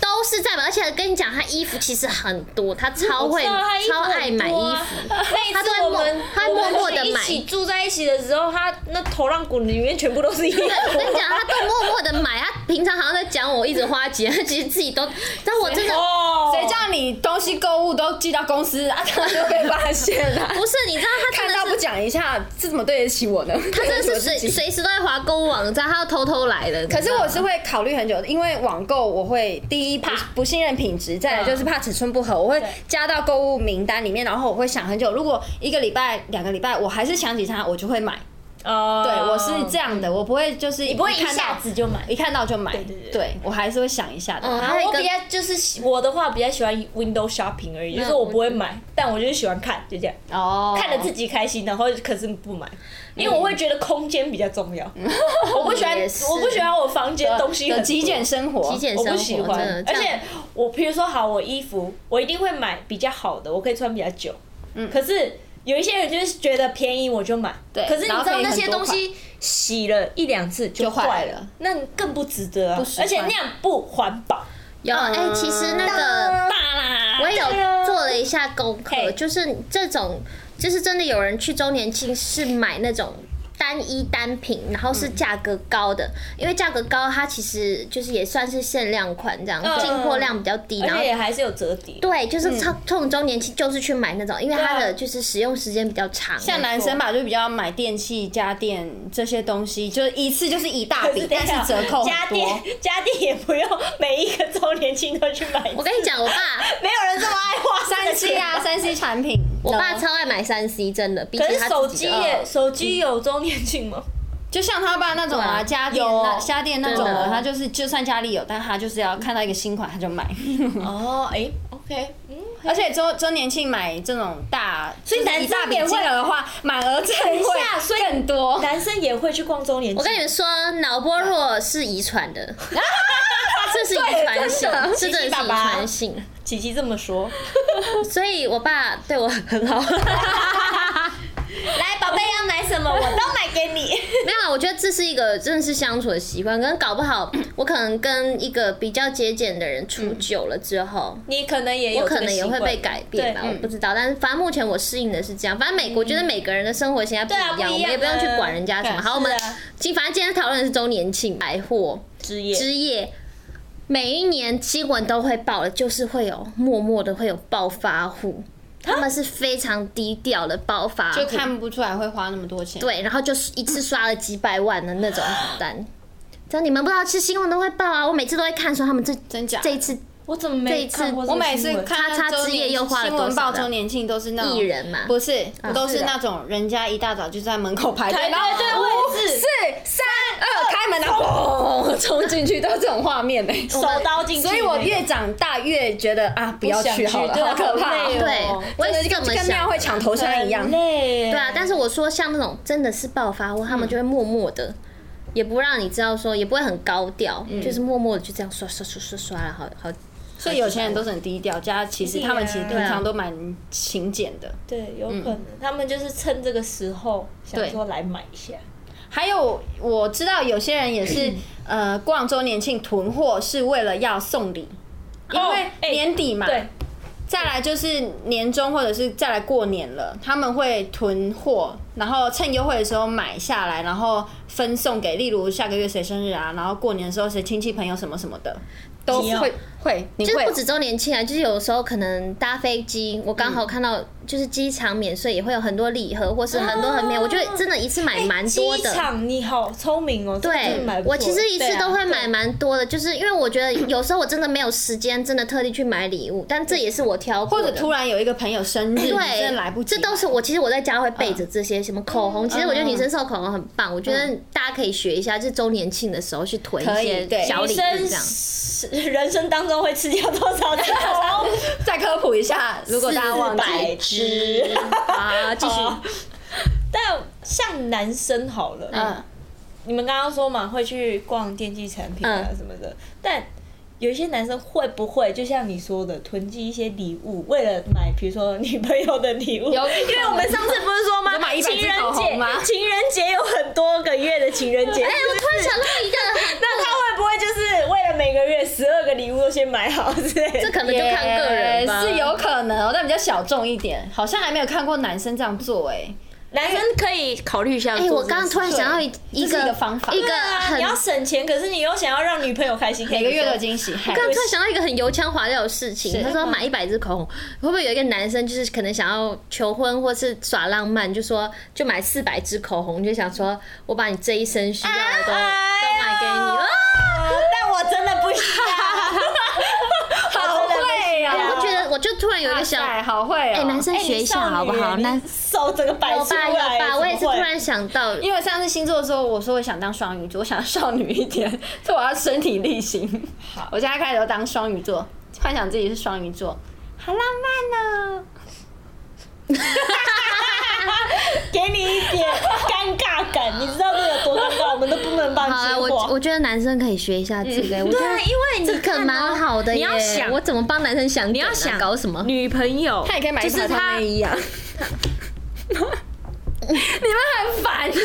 A: 都是在买，而且跟你讲，他衣服其实很多，他超会、
D: 我知道他衣服
A: 超
D: 很
A: 爱买衣
D: 多啊
A: 服。
D: [LAUGHS] 那一
A: 他都
D: 次
A: 会
D: 我
A: 默
D: 们
A: 他会默默地
D: 我们
A: 买
D: 一起住在一起的时候，他那头浪滚里面全部都是衣服。
A: 我跟你讲，他都默默的买，他平常好像在讲我一直花钱，他其实自己都，但我真的
D: [LAUGHS] 哦
E: 谁叫你东西购物都寄到公司啊？他就被发现了。 [LAUGHS]
A: 不是，你知道他
E: 看
A: 真的
E: 到
A: 是
E: 不讲一下，这怎么对得起我呢？
A: 他
E: [LAUGHS]
A: 真的
E: 对
A: 是
E: 不起我
A: 随
E: 自己
A: 随时都在划购物网站，他要偷偷来的。
E: 可是我是会考虑很久，因为网购我会第一怕嗯不信任品质，再来就是怕尺寸不合，我会加到购物名单里面，然后我会想很久。如果一个礼拜、两个礼拜我还是想起它，我就会买。
D: 哦
E: 对我是这样的，我不会就是嗯你
D: 你不会一下子就买。
E: 一看到就买，
D: 对对对
E: 我还是会想一下的。
A: 嗯
E: 啊
D: 然
A: 还有
D: 后
A: 一
D: 我
A: 个
D: 比较就是喜我的话比较喜欢 window shopping 而已，就是我不会买，但我就是喜欢看，就这样，
E: 哦，
D: 看着自己开心，然后可是不买，因为我会觉得空间比较重要，我不喜欢
A: 也是
D: 我不喜欢我房间
E: 的
D: 东西
E: 的
D: 很
E: 极
D: 多
E: 简生活，
A: 极简
D: 我
A: 生
D: 不
A: 活
D: 喜
A: 真
D: 欢
A: 的，，这
D: 而
A: 样
D: 且我比如说好，我衣服我一定会买比较好的，我可以穿比较久。可是有一些人就是觉得便宜我就买，
E: 对
D: 可是你知
E: 然后可
D: 道
E: 以
D: 那些
E: 很多
D: 东西洗了一两次就
E: 就坏
D: 坏
E: 了
D: 了，那你更不值得啊
E: 不！实
D: 而且
E: 惠
D: 那样不环保。
A: 有
D: 哦
A: 哎、其实那个。
D: 大啦，
A: 嗯我也有做了一下功课，
D: 嘿
A: 就是这种，就是真的有人去周年庆是买那种。单一单品，然后是价格高的，
D: 嗯
A: 因为价格高，它其实就是也算是限量款这样，
D: 嗯
A: 进货量比较低，
D: 而
A: 然后
D: 且也还是有折抵。
A: 对，就是冲冲周年庆就是去买那种，因为它
D: 对啊
A: 的就是使用时间比较长。哎
E: 像男生吧，就比较买电器、家电这些东西，就是一次就是一大
A: 啊
D: 可 [LAUGHS]
E: 笔，
D: 等一
E: 但
D: 下
E: 是折扣
D: 啊家
E: 很多
D: 电。家电也不用每一个周年庆都去买。
A: 我跟你
D: [LAUGHS]
A: 讲，我爸
D: 没有人这么爱花
E: 三 C 啊，三 C 产
D: [LAUGHS]
E: 品，
A: 我爸超爱买三 C，真的，哦毕
D: 啊可
A: 竟
D: 是
A: 他
D: 手
A: 自己
D: 机
A: 的
D: 也手机有周年庆吗？
E: 就像他爸那种啊，
A: 对啊
E: 家电
D: 有
E: 那家电那种
A: 真
E: 的，
A: 的
E: 他就是就算家里有，但他就是要看到一个新款他就买。
A: 嗯
D: 哦，哎，OK，嗯，
E: [LAUGHS] 而且周周年庆买这种大，所
D: 以男生
E: 一大笔
D: 也会
E: 金额的话，满额赠
D: 等一
E: 会
D: 下，所以
E: 更多。
D: 男生也会去逛周年庆。
A: 我跟你们说，脑波弱是遗传的， [LAUGHS] 这是遗传性，这真的是遗
D: 爸爸
A: 传性。
D: 琪琪这
A: [LAUGHS]
D: 么说，
A: 所以我爸对我很
D: [LAUGHS]
A: 好。 [LAUGHS]
D: 来，宝贝要买什么，我都买给你。
A: 没有啦，啊我觉得这是一个真的是相处的习惯，可能搞不好我可能跟一个比较节俭的人处久了之后。
D: 你可能嗯也有，
A: 我可能也会被改变吧，我不知道。但是反正目前我适应的是这样。反正每我觉得每个人的生活形态不
D: 嗯对啊
A: 一样，
D: 不
A: 我们
D: 一样
A: 也不用去管人家什么。
E: 对
A: 好，我们
D: 是啊
A: 今反正今天讨论的是周年庆百货
D: 职业
A: 之夜，每一年新闻都会报的，就是会有默默的会有暴发户，他们是非常低调的暴发户，
E: 就看不出来会花那么多钱。
A: 对，然后就是一次刷了几百万的那种单。真的你们不知道，其实新闻都会报啊，我每次都会看说他们这
E: 真假
A: 这一次
D: 我怎么没看过这
E: 我
D: 个
E: 每
D: 新
E: 次
D: 闻
E: 看
A: 叉叉
E: 周
A: 之夜
E: 年
A: 又花了
E: 新
A: 多
E: 闻
A: 少
E: 报
A: 的
E: 周年庆都是那种
A: 艺人嘛
E: 不是，都
A: 是哦
E: 是那种人家一大早就在门口排队，
D: 排队
E: 然后
D: 对我也
E: 五
D: 是
E: 四三二开门，然后砰冲进去，都是这种画面呢。
D: 手刀进去那个，
E: 所以我越长大越觉得啊，不要
D: 想
E: 去好了，
D: 去对
E: 好可怕
D: 好
E: 哦。
D: 累哦
A: 对
D: 哦，
A: 我也是
E: 真
A: 这
E: 的
A: 么
E: 就跟
A: 想
E: 庙。会抢头香一样
D: 很。累，
A: 对
E: 嗯
A: 啊，但是我说像那种真的是暴发户，他们就会默默的，也不让你知道说，也不会很高调，
E: 嗯
A: 就是默默的就这样刷刷刷刷刷了，好好
E: 所以有钱人都是很低调，加其实他们其实平常都蛮勤俭的。
D: 对，有可能
A: 嗯
D: 他们就是趁这个时候想说来买一下。
E: 还有我知道有些人也是
A: 嗯
E: 呃逛周年庆囤货是为了要送礼，因
D: 哦
E: 为
D: 哎
E: 年底嘛，
D: 对，
E: 再来就是年终或者是再来过年了，他们会囤货，然后趁优惠的时候买下来，然后分送给，例如下个月谁生日啊，然后过年的时候谁亲戚朋友什么什么的，都
D: 你哦
E: 会会，哦你
A: 就是
E: 会
A: 不止周年庆啊，就是有时候可能搭飞机，我刚好看到就是机场免税也会有很多礼盒，或是很多很免，我觉得真的一次买蛮多
D: 机
A: 的。
D: 场你好聪明哦，这个真的
A: 对
D: 蛮，不错
A: 我其实一
D: 对
A: 次
D: 啊
A: 都会买
D: 对
A: 蛮多的，就是因为我觉得有时候我真的没有时间，真的特地去买礼物，但这也是我挑过
E: 或
A: 的。
E: 者突然有一个朋友生日，你
A: 对，
E: 真的来不及
A: 这
E: 买，
A: 都是我其实我在家会备着这些什么口红，其实我觉得女生送口红很棒，我觉得大家可以学一下，就是周年庆的时候去囤
E: 可
A: 一
E: 以
A: 些
E: 对
A: 小
D: 女
A: 礼物这样。
D: 生啊 [LAUGHS] 人生当中会吃掉多少次口红？
A: [LAUGHS]
E: 再科普一下，如果大家忘记，
D: 百只。
A: 好，啊继续。
D: 好但像男生好了，
E: 嗯，
D: 你们刚刚说嘛，会去逛电器产品啊
A: 嗯
D: 什么的，但有一些男生会不会就像你说的，囤积一些礼物，为了买，比如说女朋友的礼物？因
E: 有
D: 为我们上次不是说吗
E: 你就买？100
D: 情
E: 支
D: 人
E: 口
D: 节
E: 红吗，
D: 情人节有很多个月的情人节。
E: [LAUGHS]
A: 哎、我突然想到一个很，
D: 那他会不会就是为了每个月十二个礼物都先买好之类的？
A: 这可能就看个人吧。
E: 也是有可能哦，但比较小众一点，好像还没有看过男生这样做哎、
D: 男生可以考虑一下。
A: 哎、我刚刚突然想到一一
E: 这是
A: 个
E: 一个方法
A: 一
D: 对
A: 个
D: 啊，
A: 很
D: 你要省钱，可是你又想要让女朋友开心，
E: 每个月
D: 可以
E: 都
D: 说
E: 有惊喜。嗨
A: 刚刚突然想到一个很油腔滑调的事情，
E: 是
A: 他说买一百支口红，会不会有一个男生就是可能想要求婚或是耍浪漫，就说就买四百支口红，就想说我把你这一生需要的都、都买给你
D: 哎
A: 了。
D: 但我真的不需 [LAUGHS] 要，好
E: 会啊
A: 我觉得我就突然有一个想，
E: 哇塞
A: 哎、
E: 好会哦、
A: 男生学一下好不好？男
D: 手整个摆
A: 有
D: 出
A: 吧有
D: 来，
A: 吧，我也是
D: 怎
A: 突
D: 么会
A: 然想到，
E: 因为上次星座的时候，我说我想当双鱼座，我想要少女一点，所以我要身体力行。
D: 好
E: 我现在开始都当双鱼座，幻想自己是双鱼座，好浪漫
A: [LAUGHS]
E: 哦、
D: 给你一点尴尬感，你知道这有多尴尬？我们都不能帮你
A: 好啊，
D: 接
A: 我
D: 话。
A: 我觉得男生可以学一下这个、我觉
D: 对
A: 得
D: 啊，因为
A: 这个
D: 你看
A: 蛮
D: 哦
A: 好的
D: 你
A: 耶，
D: 要想
A: 我怎么帮男生想、啊
D: 你要想
A: 搞什么？
D: 女朋友，
E: 他也可以买一
D: 就是
E: 套
D: 他
E: 内衣啊。你们
A: [LAUGHS]
E: 很烦，
D: 去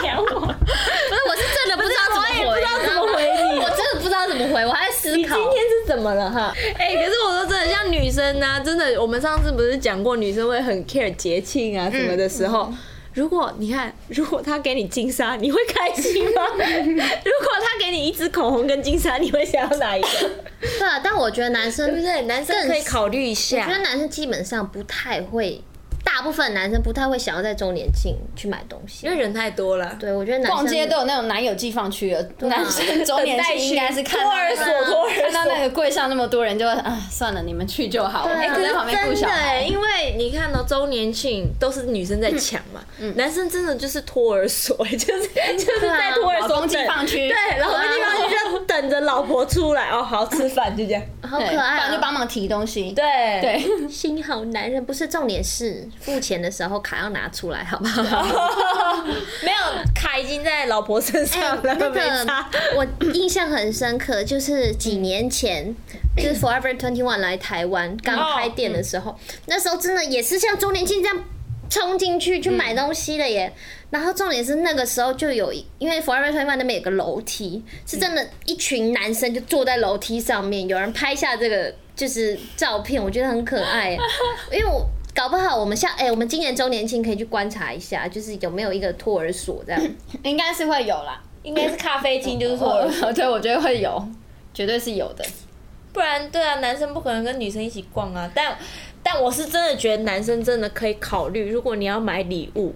D: 舔我。
A: 不是，我是真的不知道怎么回，啊
D: 我也不知道怎么回你
A: 我真的不知道怎么回，我还在思
D: 你今
A: 考。
D: 天是怎么了哈？哎、可是我说真的，像女生呢、啊真的，我们上次不是讲过，女生会很 care 节庆啊什么的时候。如果你看，如果他给你金沙，你会开心 [LAUGHS] 吗？如果他给你一支口红跟金沙，你会想要哪一个？
A: 对啊，但我觉得男生
D: 对不对？男生
A: 更
D: 可以考虑一
A: 我觉得
D: 下。
A: 男生基本上不太会，大部分男生不太会想要在周年庆去买东西
D: 因，为人太多了，
A: 对我觉得男生
E: 逛街都有那种男友寄放区了，
A: 啊
E: 男生周年庆应该是看到
D: 托儿所，托儿所
E: 看到那个柜上那么多人，就会啊算了，你们去就好，我
A: 对啊
E: 们在旁边顾
D: 真
E: 小
D: 的
E: 孩
D: 欸，。因为你看到、周年庆都是女生在抢嘛，男生真的就是托儿所 [LAUGHS] 欸，就是就是
A: 对啊
D: 在托儿
E: 老
D: 所
E: 公
D: 等
E: 寄放区
D: 对，然后那
E: [LAUGHS]
D: 地方就等着老婆出来哦，好吃饭就这样，
A: 好
E: 对
A: 可
E: 不然
A: 爱、
E: 就
A: 啊。
E: 帮忙提东西。
D: 对
E: 哦对，
A: 心好男人，不是重点是付钱的时候卡要拿出来，好不好？
D: [LAUGHS] [LAUGHS] 没有卡已经在老婆身
A: 哎
D: 上了，
A: 那
D: 没差。
A: 个我印象很深刻，就是几年前，就是 Forever Twenty One 来台湾刚开店的时候，那时候真的也是像周年庆这样冲进去去买东西的耶。然后重点是那个时候就有一，因为 Forever Twenty One 那边有个楼梯，是真的，一群男生就坐在楼梯上面，有人拍下这个就是照片，我觉得很可爱耶，因为我。搞不好我们像哎、我们今年周年庆可以去观察一下，就是有没有一个托儿所这样。
E: 应该是会有 [LAUGHS] 啦。
D: 应该是咖啡厅，就是托儿所，
E: 我哦对，我觉得会有，绝对是有的。
D: 不然对啊，男生不可能跟女生一起逛啊。但但我是真的觉得男生真的可以考虑，如果你要买礼物，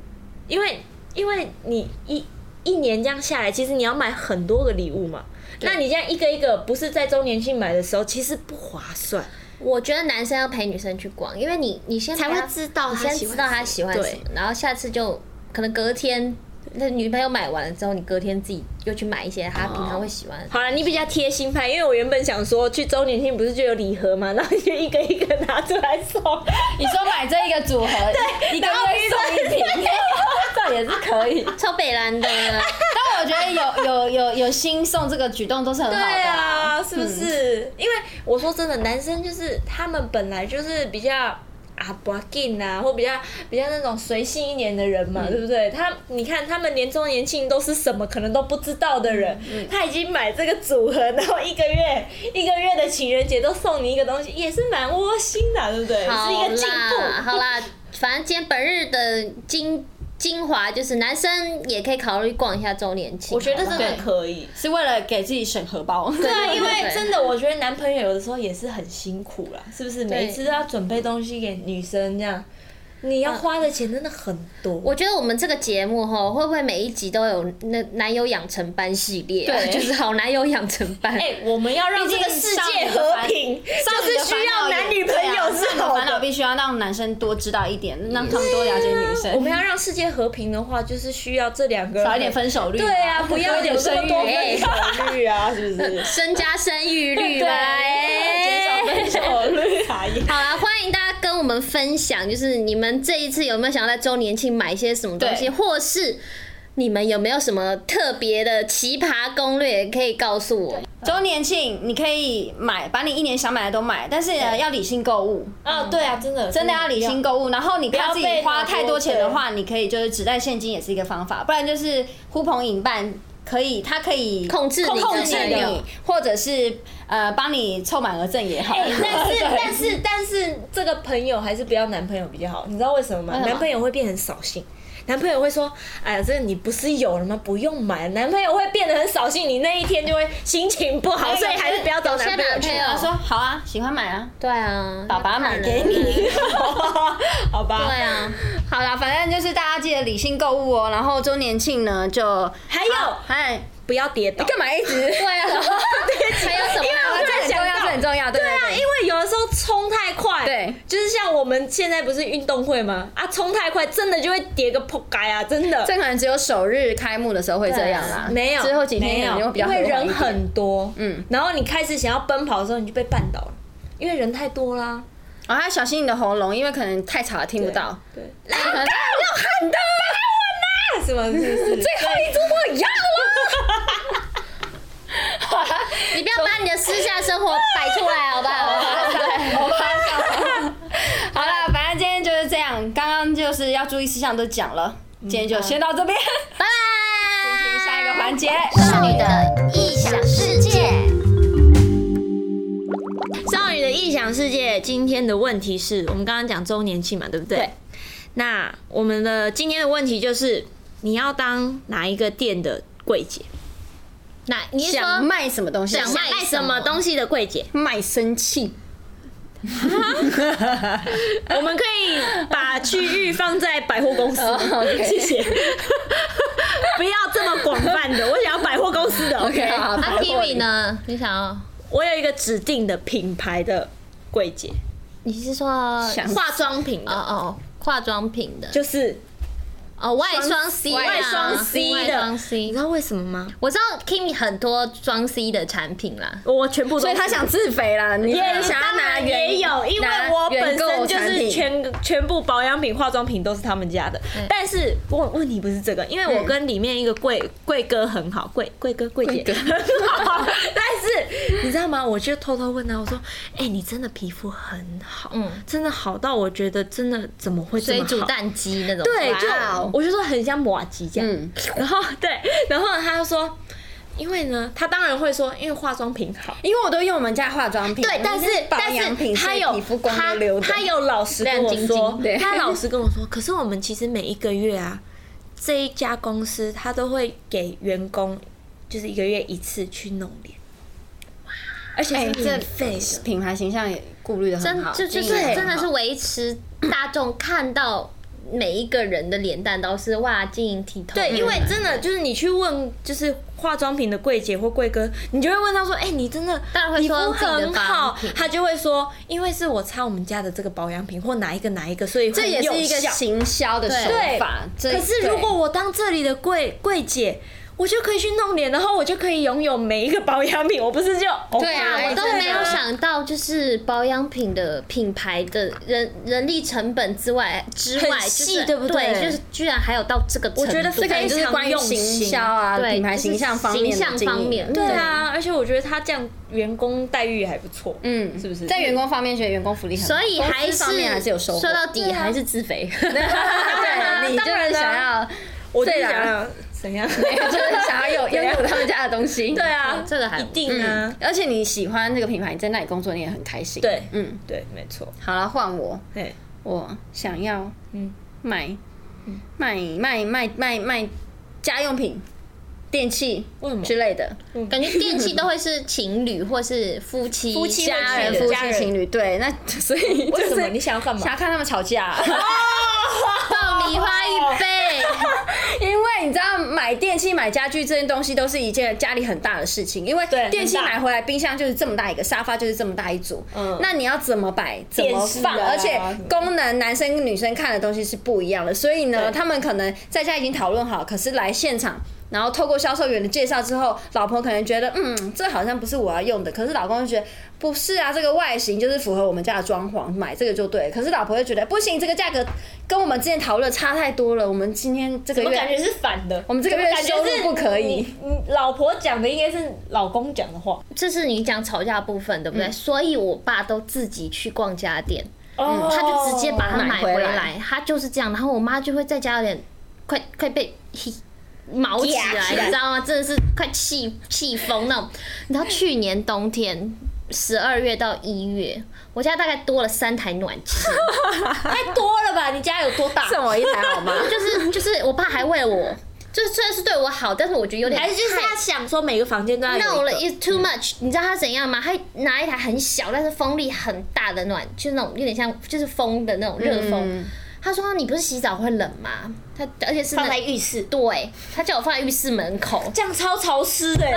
D: 因为因为你一一年这样下来，其实你要买很多个礼物嘛。那你这样一个一个，不是在周年庆买的时候，其实不划算。
A: 我觉得男生要陪女生去逛，因为你你先
D: 才
A: 陪她
D: 会知道
A: 你
D: 她
A: 先
D: 喜
A: 知
D: 欢
A: 道
D: 什
A: 他
D: 么
A: 喜欢什么，然后下次就可能隔天那女朋友买完了之后，你隔天自己又去买一些她平常会喜欢的。
D: 好了，你比较贴心派，因为我原本想说去周年庆不是就有礼盒嘛，然后就一个一个拿出来送，
E: 你说买这一个组合， [LAUGHS] 对，一个月送一瓶，这也是可
A: [LAUGHS]
E: 以。
A: 超北蓝
D: [LAUGHS]
A: 的，
E: [LAUGHS] 但我觉得有有有有心送这个举动都是很好
D: 对
E: 的啊。
D: 啊，是不是？因为我说真的，男生就是他们本来就是比较啊不劲啊，或比较比较那种随性一点的人
A: 嗯
D: 嘛，对不对？他你看他们连周年庆都是什么可能都不知道的人，他已经买这个组合，然后一个月一个月的情人节都送你一个东西，也是蛮窝心的，对不对？
A: 好
D: 是一个进
A: 啦，
D: 步。
A: 好啦，反正今天本日的精精华就是男生也可以考虑逛一下周年庆。
D: 我觉得真
A: 好
D: 的
A: 吧
D: 可以。
E: 是为了给自己省荷包。 [LAUGHS]
D: 对啊，
A: 对
D: [LAUGHS] 因为
A: 对
D: 真的，我觉得男朋友有的时候也是很辛苦啦，是不是？每一次都要准备东西给女生这样，你要花的钱真的很多。
A: 我觉得我们这个节目哈，会不会每一集都有那男友养成班系列啊、
E: 对
A: [LAUGHS] 就是好男友养成班。？
D: 哎、我们要让
E: 毕
D: 这
E: 竟
D: 个世界和平，就是需要男女朋友是好
E: 啊烦恼
D: 的。
E: 必须要让男生多知道一点，让他们多了解女
D: 我
E: 生，
D: 们要让世界和平的话，就是需要这两个人
E: 少一点分手率。
D: 对啊，不要
E: 多一点
D: 有这
E: 生
D: 么
E: 育
D: 多
E: 率。
D: 分手率啊，是不是
A: 增加生育率
D: 对
A: 吧。
D: 啊，
A: 哎
D: 减少分手率 [LAUGHS] 啊，也
A: 好啦，欢迎大家跟我们分享，就是你们这一次有没有想要在周年庆买一些什么东西，
E: 对
A: 或是你们有没有什么特别的奇葩攻略可以告诉我？
E: 周年庆你可以买，把你一年想买的都买，但是呢要理性购物，
D: 啊，对啊，真的
E: 真的要理性购物。然后你怕自己
D: 不要被
E: 花太多钱的
D: 脑
E: 话，你可以就是只带现金也是一个方法，不然就是呼朋引伴。可以，它可以
A: 控制你
E: 控
A: 自
E: 制
A: 己的
E: 你，或者是呃帮你凑满额赠也好。
D: 哎但
E: [LAUGHS]
D: 是但是但是这个朋友还是不要男朋友比较好，你知道为什么吗？
A: 什么
D: 男朋友会变很扫兴。男朋友会说：“哎呀，这你不是有了吗？不用买。”男朋友会变得很扫兴，你那一天就会心情不好，所以还是不要找男朋友去
A: 有些男朋友。
E: 他说好啊，喜欢买啊，
A: 对啊，
E: 爸爸买给 [LAUGHS]
A: 要
D: 嗯
A: 看
E: 你
A: [LAUGHS] 人。
D: 好吧？
A: 对啊，
E: 好啦，反正就是大家记得理性购物哦。然后周年庆呢，就
D: 还有
E: 好哎，
D: 不要跌倒
E: 你。干嘛一直？
A: 对啊，还有什么？
E: 啊这很重要，这很重要，对
D: 对啊，
E: 对
D: 因
E: 对。
D: 为有的时候冲太快，
E: 对，
D: 就是像我们现在不是运动会吗？啊，冲太快真的就会跌个扑街啊，真的。
E: 这可能只有首日开幕的时候会这样啦，
D: 没有，
E: 之后几天可
D: 没
E: 能
D: 有，
E: 会比较
D: 因
E: 和缓
D: 为
E: 一点
D: 人很多，嗯
E: 嗯，
D: 然后你开始想要奔跑的时候，你就被绊倒了，因为人太多啦。
E: 然后要哦小心你的喉咙，因为可能太吵了听不到。
D: 对， [LAUGHS]
E: [LAUGHS] 要喊的，
D: 什么？是 [LAUGHS] 是是
E: 最后一组我要了。
A: 你不要把你的私下生活摆出来，好不好？
E: 我 [LAUGHS] 发笑。好了，反正今天就是这样，刚刚就是要注意事项都讲了，今天就先到这边，
A: 拜
E: 进行
A: 拜。
E: [LAUGHS] 下一个环节。
A: 少女的异想世界。
D: 少女的异想世界，今天的问题是我们刚刚讲周年庆嘛，对不对？
E: 对
D: 那我们的今天的问题就是，你要当哪一个店的柜姐？
A: 那你是
E: 想
A: 说
E: 卖什么东西？
A: 想卖
D: 卖什么东西的柜姐？
E: 卖身契。
D: 我们可以把区域放在百货 [LAUGHS] 公司
E: OK
D: 谢谢。 [LAUGHS] 不要这么广泛的，我想要百货公司 [LAUGHS] 的。
E: OK，好，
A: 啊
E: 百货
A: Kimi 呢？你想要？
D: 我有一个指定的品牌的柜姐，
A: 你是说
E: 想
D: 化妆品
A: 哦
D: 的，
A: 哦化妆品的
D: 就是
A: 哦外双 C 啊
D: 外双 C
A: 外
D: 的。
A: 双
D: 你
A: C
D: 知。道为什么吗？
A: 我知道 Kimi 很多双 C 的产品啦，
D: 我全部都是，
E: 所以他想自肥
D: [LAUGHS]
E: 啦，你
D: 也
E: 想要
D: 当
E: 拿
D: 然
E: 原
D: 也有，因为
E: 拿
D: 我
E: 原
D: 本身
E: 购
D: 就
E: 产
D: 是
E: 品嗯
D: 全全部保养品、化妆品都是他们家的。但是问问题不是这个，因为我跟里面一个贵贵哥很好，贵贵哥贵
E: 贵
D: 姐
E: 哥
D: 很好。 [LAUGHS] 但是你知道吗？我就偷偷问他，我说：“哎，你真的皮肤很好，嗯
A: 嗯，
D: 真的好到我觉得真的怎么会这
A: 水
D: 么好？”
A: 煮蛋鸡那种。
D: 对，就
E: 哇哦
D: 我就说很像马吉这样。
E: 嗯
D: 然后 [LAUGHS] 对，然后他就说，因为呢，他当然会说，因为化妆品好。
E: 因为我都用我们家化妆品，
D: 对，但是
E: 保
D: 但
E: 养
D: 是
E: 品，
D: 他
E: 所以
D: 有
E: 皮肤光
D: 他
E: 溜溜的，
D: 他有老实跟我
A: 亮晶
D: 说
A: 晶，
E: 对
D: 他老实跟我说，可是我们其实每一个月啊，这一家公司他都会给员工就是一个月一次去弄脸，而且
E: 哎
D: 是免
E: 这
D: 费的。
E: 品牌形象也顾虑的很
A: 真
E: 好，
A: 就就是
E: 经营得
A: 真的
E: 很
A: 是
E: 好
A: 维持大众看到每一个人的脸蛋都是哇晶莹剔透。
D: 对，因为真的就是你去问，就是化妆品的柜姐或柜哥，你就会问他说：“哎、你真的
A: 当然会
D: 皮肤
A: 说自己的
D: 很
A: 保
D: 好
A: 养品。”
D: 他就会说：“因为是我擦我们家的这个保养品或哪一个哪一个，所以
E: 这
D: 很
E: 也
D: 有
E: 是一个
D: 效
E: 行销的手
D: 对
E: 法。这
D: 可是
E: 对
D: 如果我当这里的柜柜姐，我就可以去弄脸，然后我就可以拥有每一个保养品，我不是就
A: [LAUGHS]
D: 哦
A: 对啊，我都没有。想到，就是保养品的品牌的人人力成本之外之外，
D: 很细
A: 就是
D: 对不对
A: 就是居然还有到这个程度。
D: 我觉得
E: 这可能就是关于行销啊、
A: 对
E: 品牌形象方面的
A: 形象
E: 经营
A: 方面
D: 对啊，而且我觉得他这样员工待遇也还不错，
E: 嗯，
D: 是不是？
E: 在员工方面，觉得员工福利很好，
A: 所以
E: 公司
A: 还是
E: 方面还是有收获。啊
A: 说到底还是自肥。
E: [LAUGHS]
D: [LAUGHS]
E: 对，你就是想要，
D: 我就
E: 对啦
D: 想要
A: [LAUGHS]
D: 怎样？
E: 就是想
D: [LAUGHS]
E: 要有拥有他们家的东西。
D: 啊对，啊，
A: 哦这个还嗯
D: 一定啊，
E: 而且你喜欢这个品牌，你在那里工作你也很开心。
D: 对
E: 嗯，
D: 对，没错，
E: 好了，换我，
D: 对，
E: 我想要
D: 嗯
E: 买卖卖卖卖卖家用品、电器
D: 为什么
E: 之类的。
A: 感觉电器都会是情侣或是夫妻、
D: 夫妻
A: 家人
D: 会去
E: 夫
D: 的
E: 妻
D: 家人
E: 情侣，对，那 [LAUGHS] 所以就
D: 为什么
E: 是
D: 你想要干嘛
E: 想？要看他们吵
D: [LAUGHS]
E: 架， [LAUGHS]
D: 哦
A: [LAUGHS] 爆米花
E: 哦
A: 一杯。
E: 因为你知道买电器、买家具这些东西都是一件家里很大的事情，因为
D: 对
E: 电器
D: 很大
E: 买回来，冰箱就是这么大一个，沙发就是这么大一组，
D: 嗯
E: 那你要怎么摆、怎么放，
D: 电视啊
E: 而且
D: 什么
E: 功能男生跟女生看的东西是不一样的，所以呢，
D: 对
E: 他们可能在家已经讨论好，可是来现场。然后透过销售员的介绍之后，老婆可能觉得嗯，这好像不是我要用的，可是老公就觉得不是啊，这个外形就是符合我们家的装潢，买这个就对了。可是老婆就觉得不行，这个价格跟我们之前讨论的差太多了，我们今天这个
D: 怎么
E: 月
D: 感觉是反的？
E: 我们这个
D: 怎么
E: 月
D: 感觉
E: 收入
D: 是
E: 不可以
D: 你，你老婆讲的应该是老公讲的话。
A: 这是你讲吵架的部分，对不对？
E: 嗯
A: 所以我爸都自己去逛家店，
D: 哦
A: 他就直接把它买
E: 买
A: 回
E: 回
A: 来
E: 来，
A: 哦他就是这样。然后我妈就会在家有点快快被嘿毛起
E: 压
A: 来，
E: 起
A: 你
E: 来
A: 知道吗？真的是快气气疯那种。你知道去年冬天十二月到一月，我家大概多了三台暖气，
D: 太多了吧？你家有多
E: [LAUGHS]
D: 大？
E: 送我一台好
D: [LAUGHS]
E: 吗？
A: 就是 [LAUGHS] 就是我爸还为了我，就是虽然是对我好，但是我觉得有点
D: 还是就是
A: 太
D: 他想说每个房间都要有一个嗯
A: no 了，is too much、你知道他怎样吗？他拿一台很小但是风力很大的暖，就是那种有点像就是风的那种热风。
D: 嗯
A: 他说：“你不是洗澡会冷吗？”他而且是那
D: 放在浴室，
A: 对，他叫我放在浴室门口。
D: 这样超潮湿的欸。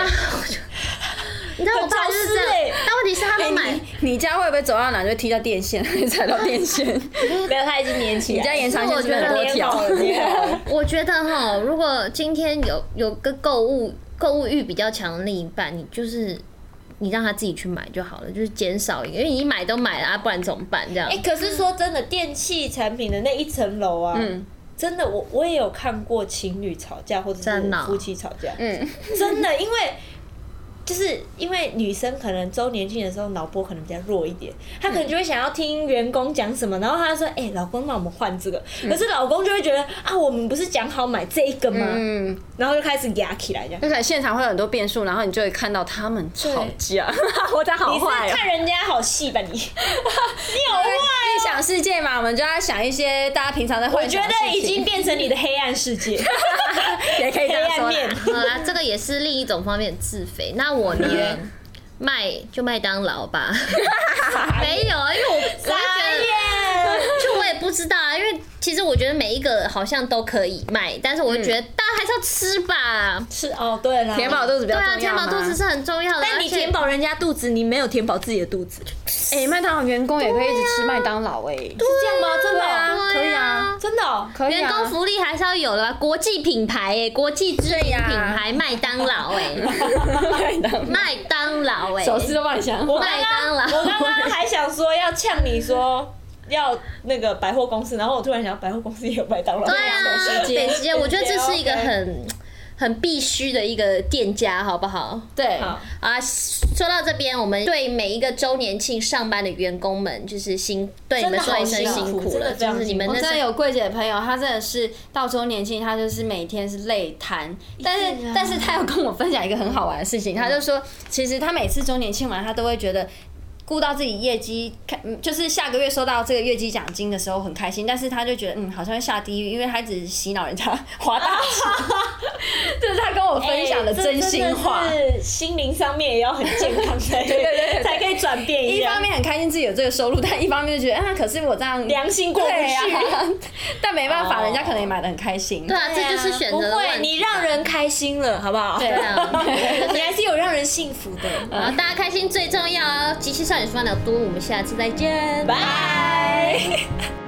A: 你知道我爸就是这
D: 很潮湿
A: 样
D: 欸，
A: 但问题是他都买
E: 你你家会不会走到哪就踢到电线， [LAUGHS] 踩到电
D: [LAUGHS]
E: 线？
D: 没有，他已经粘起来。
E: 你家延长线是不是很多条？
A: 我觉得哈，如果今天有有个购物购物欲比较强的另一半，你就是你让他自己去买就好了，就是减少一个，因为你买都买了啊，不然怎么办？这样。
D: 哎、可是说真的，电器产品的那一层楼啊，
E: 嗯
D: 真的，我我也有看过情侣吵架或者是
A: 真的哦
D: 夫妻吵架，
E: 嗯，
D: 真的，因为就是因为女生可能周年庆的时候脑波可能比较弱一点，她可能就会想要听员工讲什么，然后她说：“哎、老公，那我们换这个。
E: 嗯
D: 可是老公就会觉得啊，我们不是讲好买这一个吗？
E: 嗯，
D: 然后就开始压起来这样。
E: 而且现场会有很多变数，然后你就会看到他们吵
D: [LAUGHS]
E: 架，我的好
D: 你是
E: 坏哦。
D: 看人家好戏吧你？你有啊？
E: 异想世界嘛，我们就要想一些大家平常在
D: 我
E: 幻
D: 觉
E: 想的
D: 得已
E: 事情
D: 经变成你的黑暗世界，
E: [LAUGHS] 也可以
D: [LAUGHS] 黑
E: 这样
D: 暗
E: 说啦
D: 面。
A: 好啦，这个也是另一种方面的自肥。那我呢，
D: 嗯
A: 麦就麦当劳吧，没有啊，因为我我就觉得，
D: 耶！
A: 就我也不知道啊，因为其实我觉得每一个好像都可以卖，但是我就觉得
D: 嗯
A: 大家还是要吃吧。
D: 是哦，对了，
E: 填饱肚子比
A: 对
E: 较重
A: 啊，
E: 要嘛
A: 填饱肚子。是很重要的，啊
D: 但你
A: 而且
D: 填饱人家肚子，你没有填饱自己的肚子，
E: 哎，麦当劳员工也可以一直
D: 啊
E: 吃麦当劳哎，
D: 是这样吗？真的哦，
A: 对
E: 可以啊，
D: 真的哦。
E: 可以
A: 员
E: 啊
A: 工。福利还是要有的吧，啊国际品牌哎，国际知名品
D: 啊
A: 牌麦当劳哎，
E: [LAUGHS]
D: [LAUGHS]
E: 麦当劳
A: 麦当劳哎，
E: 手势都帮你想好，
D: 我刚
A: 麦当
D: 刚
A: 劳
D: 哦我刚刚还想说要呛你说要那个百货公司，然后我突然想到百货公司也有麦当劳，
A: 对啊，北极街，我觉得这是一个很很必须的一个店家，好不好？
E: 对，
D: 好
A: 啊，说到这边，我们对每一个周年庆上班的员工们，就是辛对你们说一声
D: 真的好
A: 辛
D: 辛苦
A: 苦了，
D: 真的非
A: 就
D: 常
A: 是你们
E: 我
A: 那
E: 真的
A: 是
E: 有柜姐的朋友，她真的是到周年庆，她就是每天是累瘫，但是但是她有跟我分享一个很好玩的事情，她就说，其实她每次周年庆完，她都会觉得。顾到自己业绩，看嗯就是下个月收到这个月绩奖金的时候很开心，但是她就觉得嗯好像会下地狱，因为她只是洗脑人家 [LAUGHS] 滑大钱，这是她跟我分享的哎真心话。
D: 哎这真的是心灵上面也要很健康才
E: 对对对
D: 才可以转变
E: 一
D: 样
E: 方面很开心自己有这个收入，但一方面就觉得啊，可是我这样
D: 良心过不
E: 对
D: 去。
E: 啊， [LAUGHS] 但没办法，
D: 哦
E: 人家可能也买的很开心。
A: 对啊，这就是选择的
D: 不会，
A: 问
D: 你
A: 题。
D: 让人开心了，好不好？
E: 对
A: 啊
D: [LAUGHS]
A: [LAUGHS]
D: 你还是有让人幸福的。
A: 好，大家开心最重要哦！极限少女说聊多，我们下次再见，
D: 拜。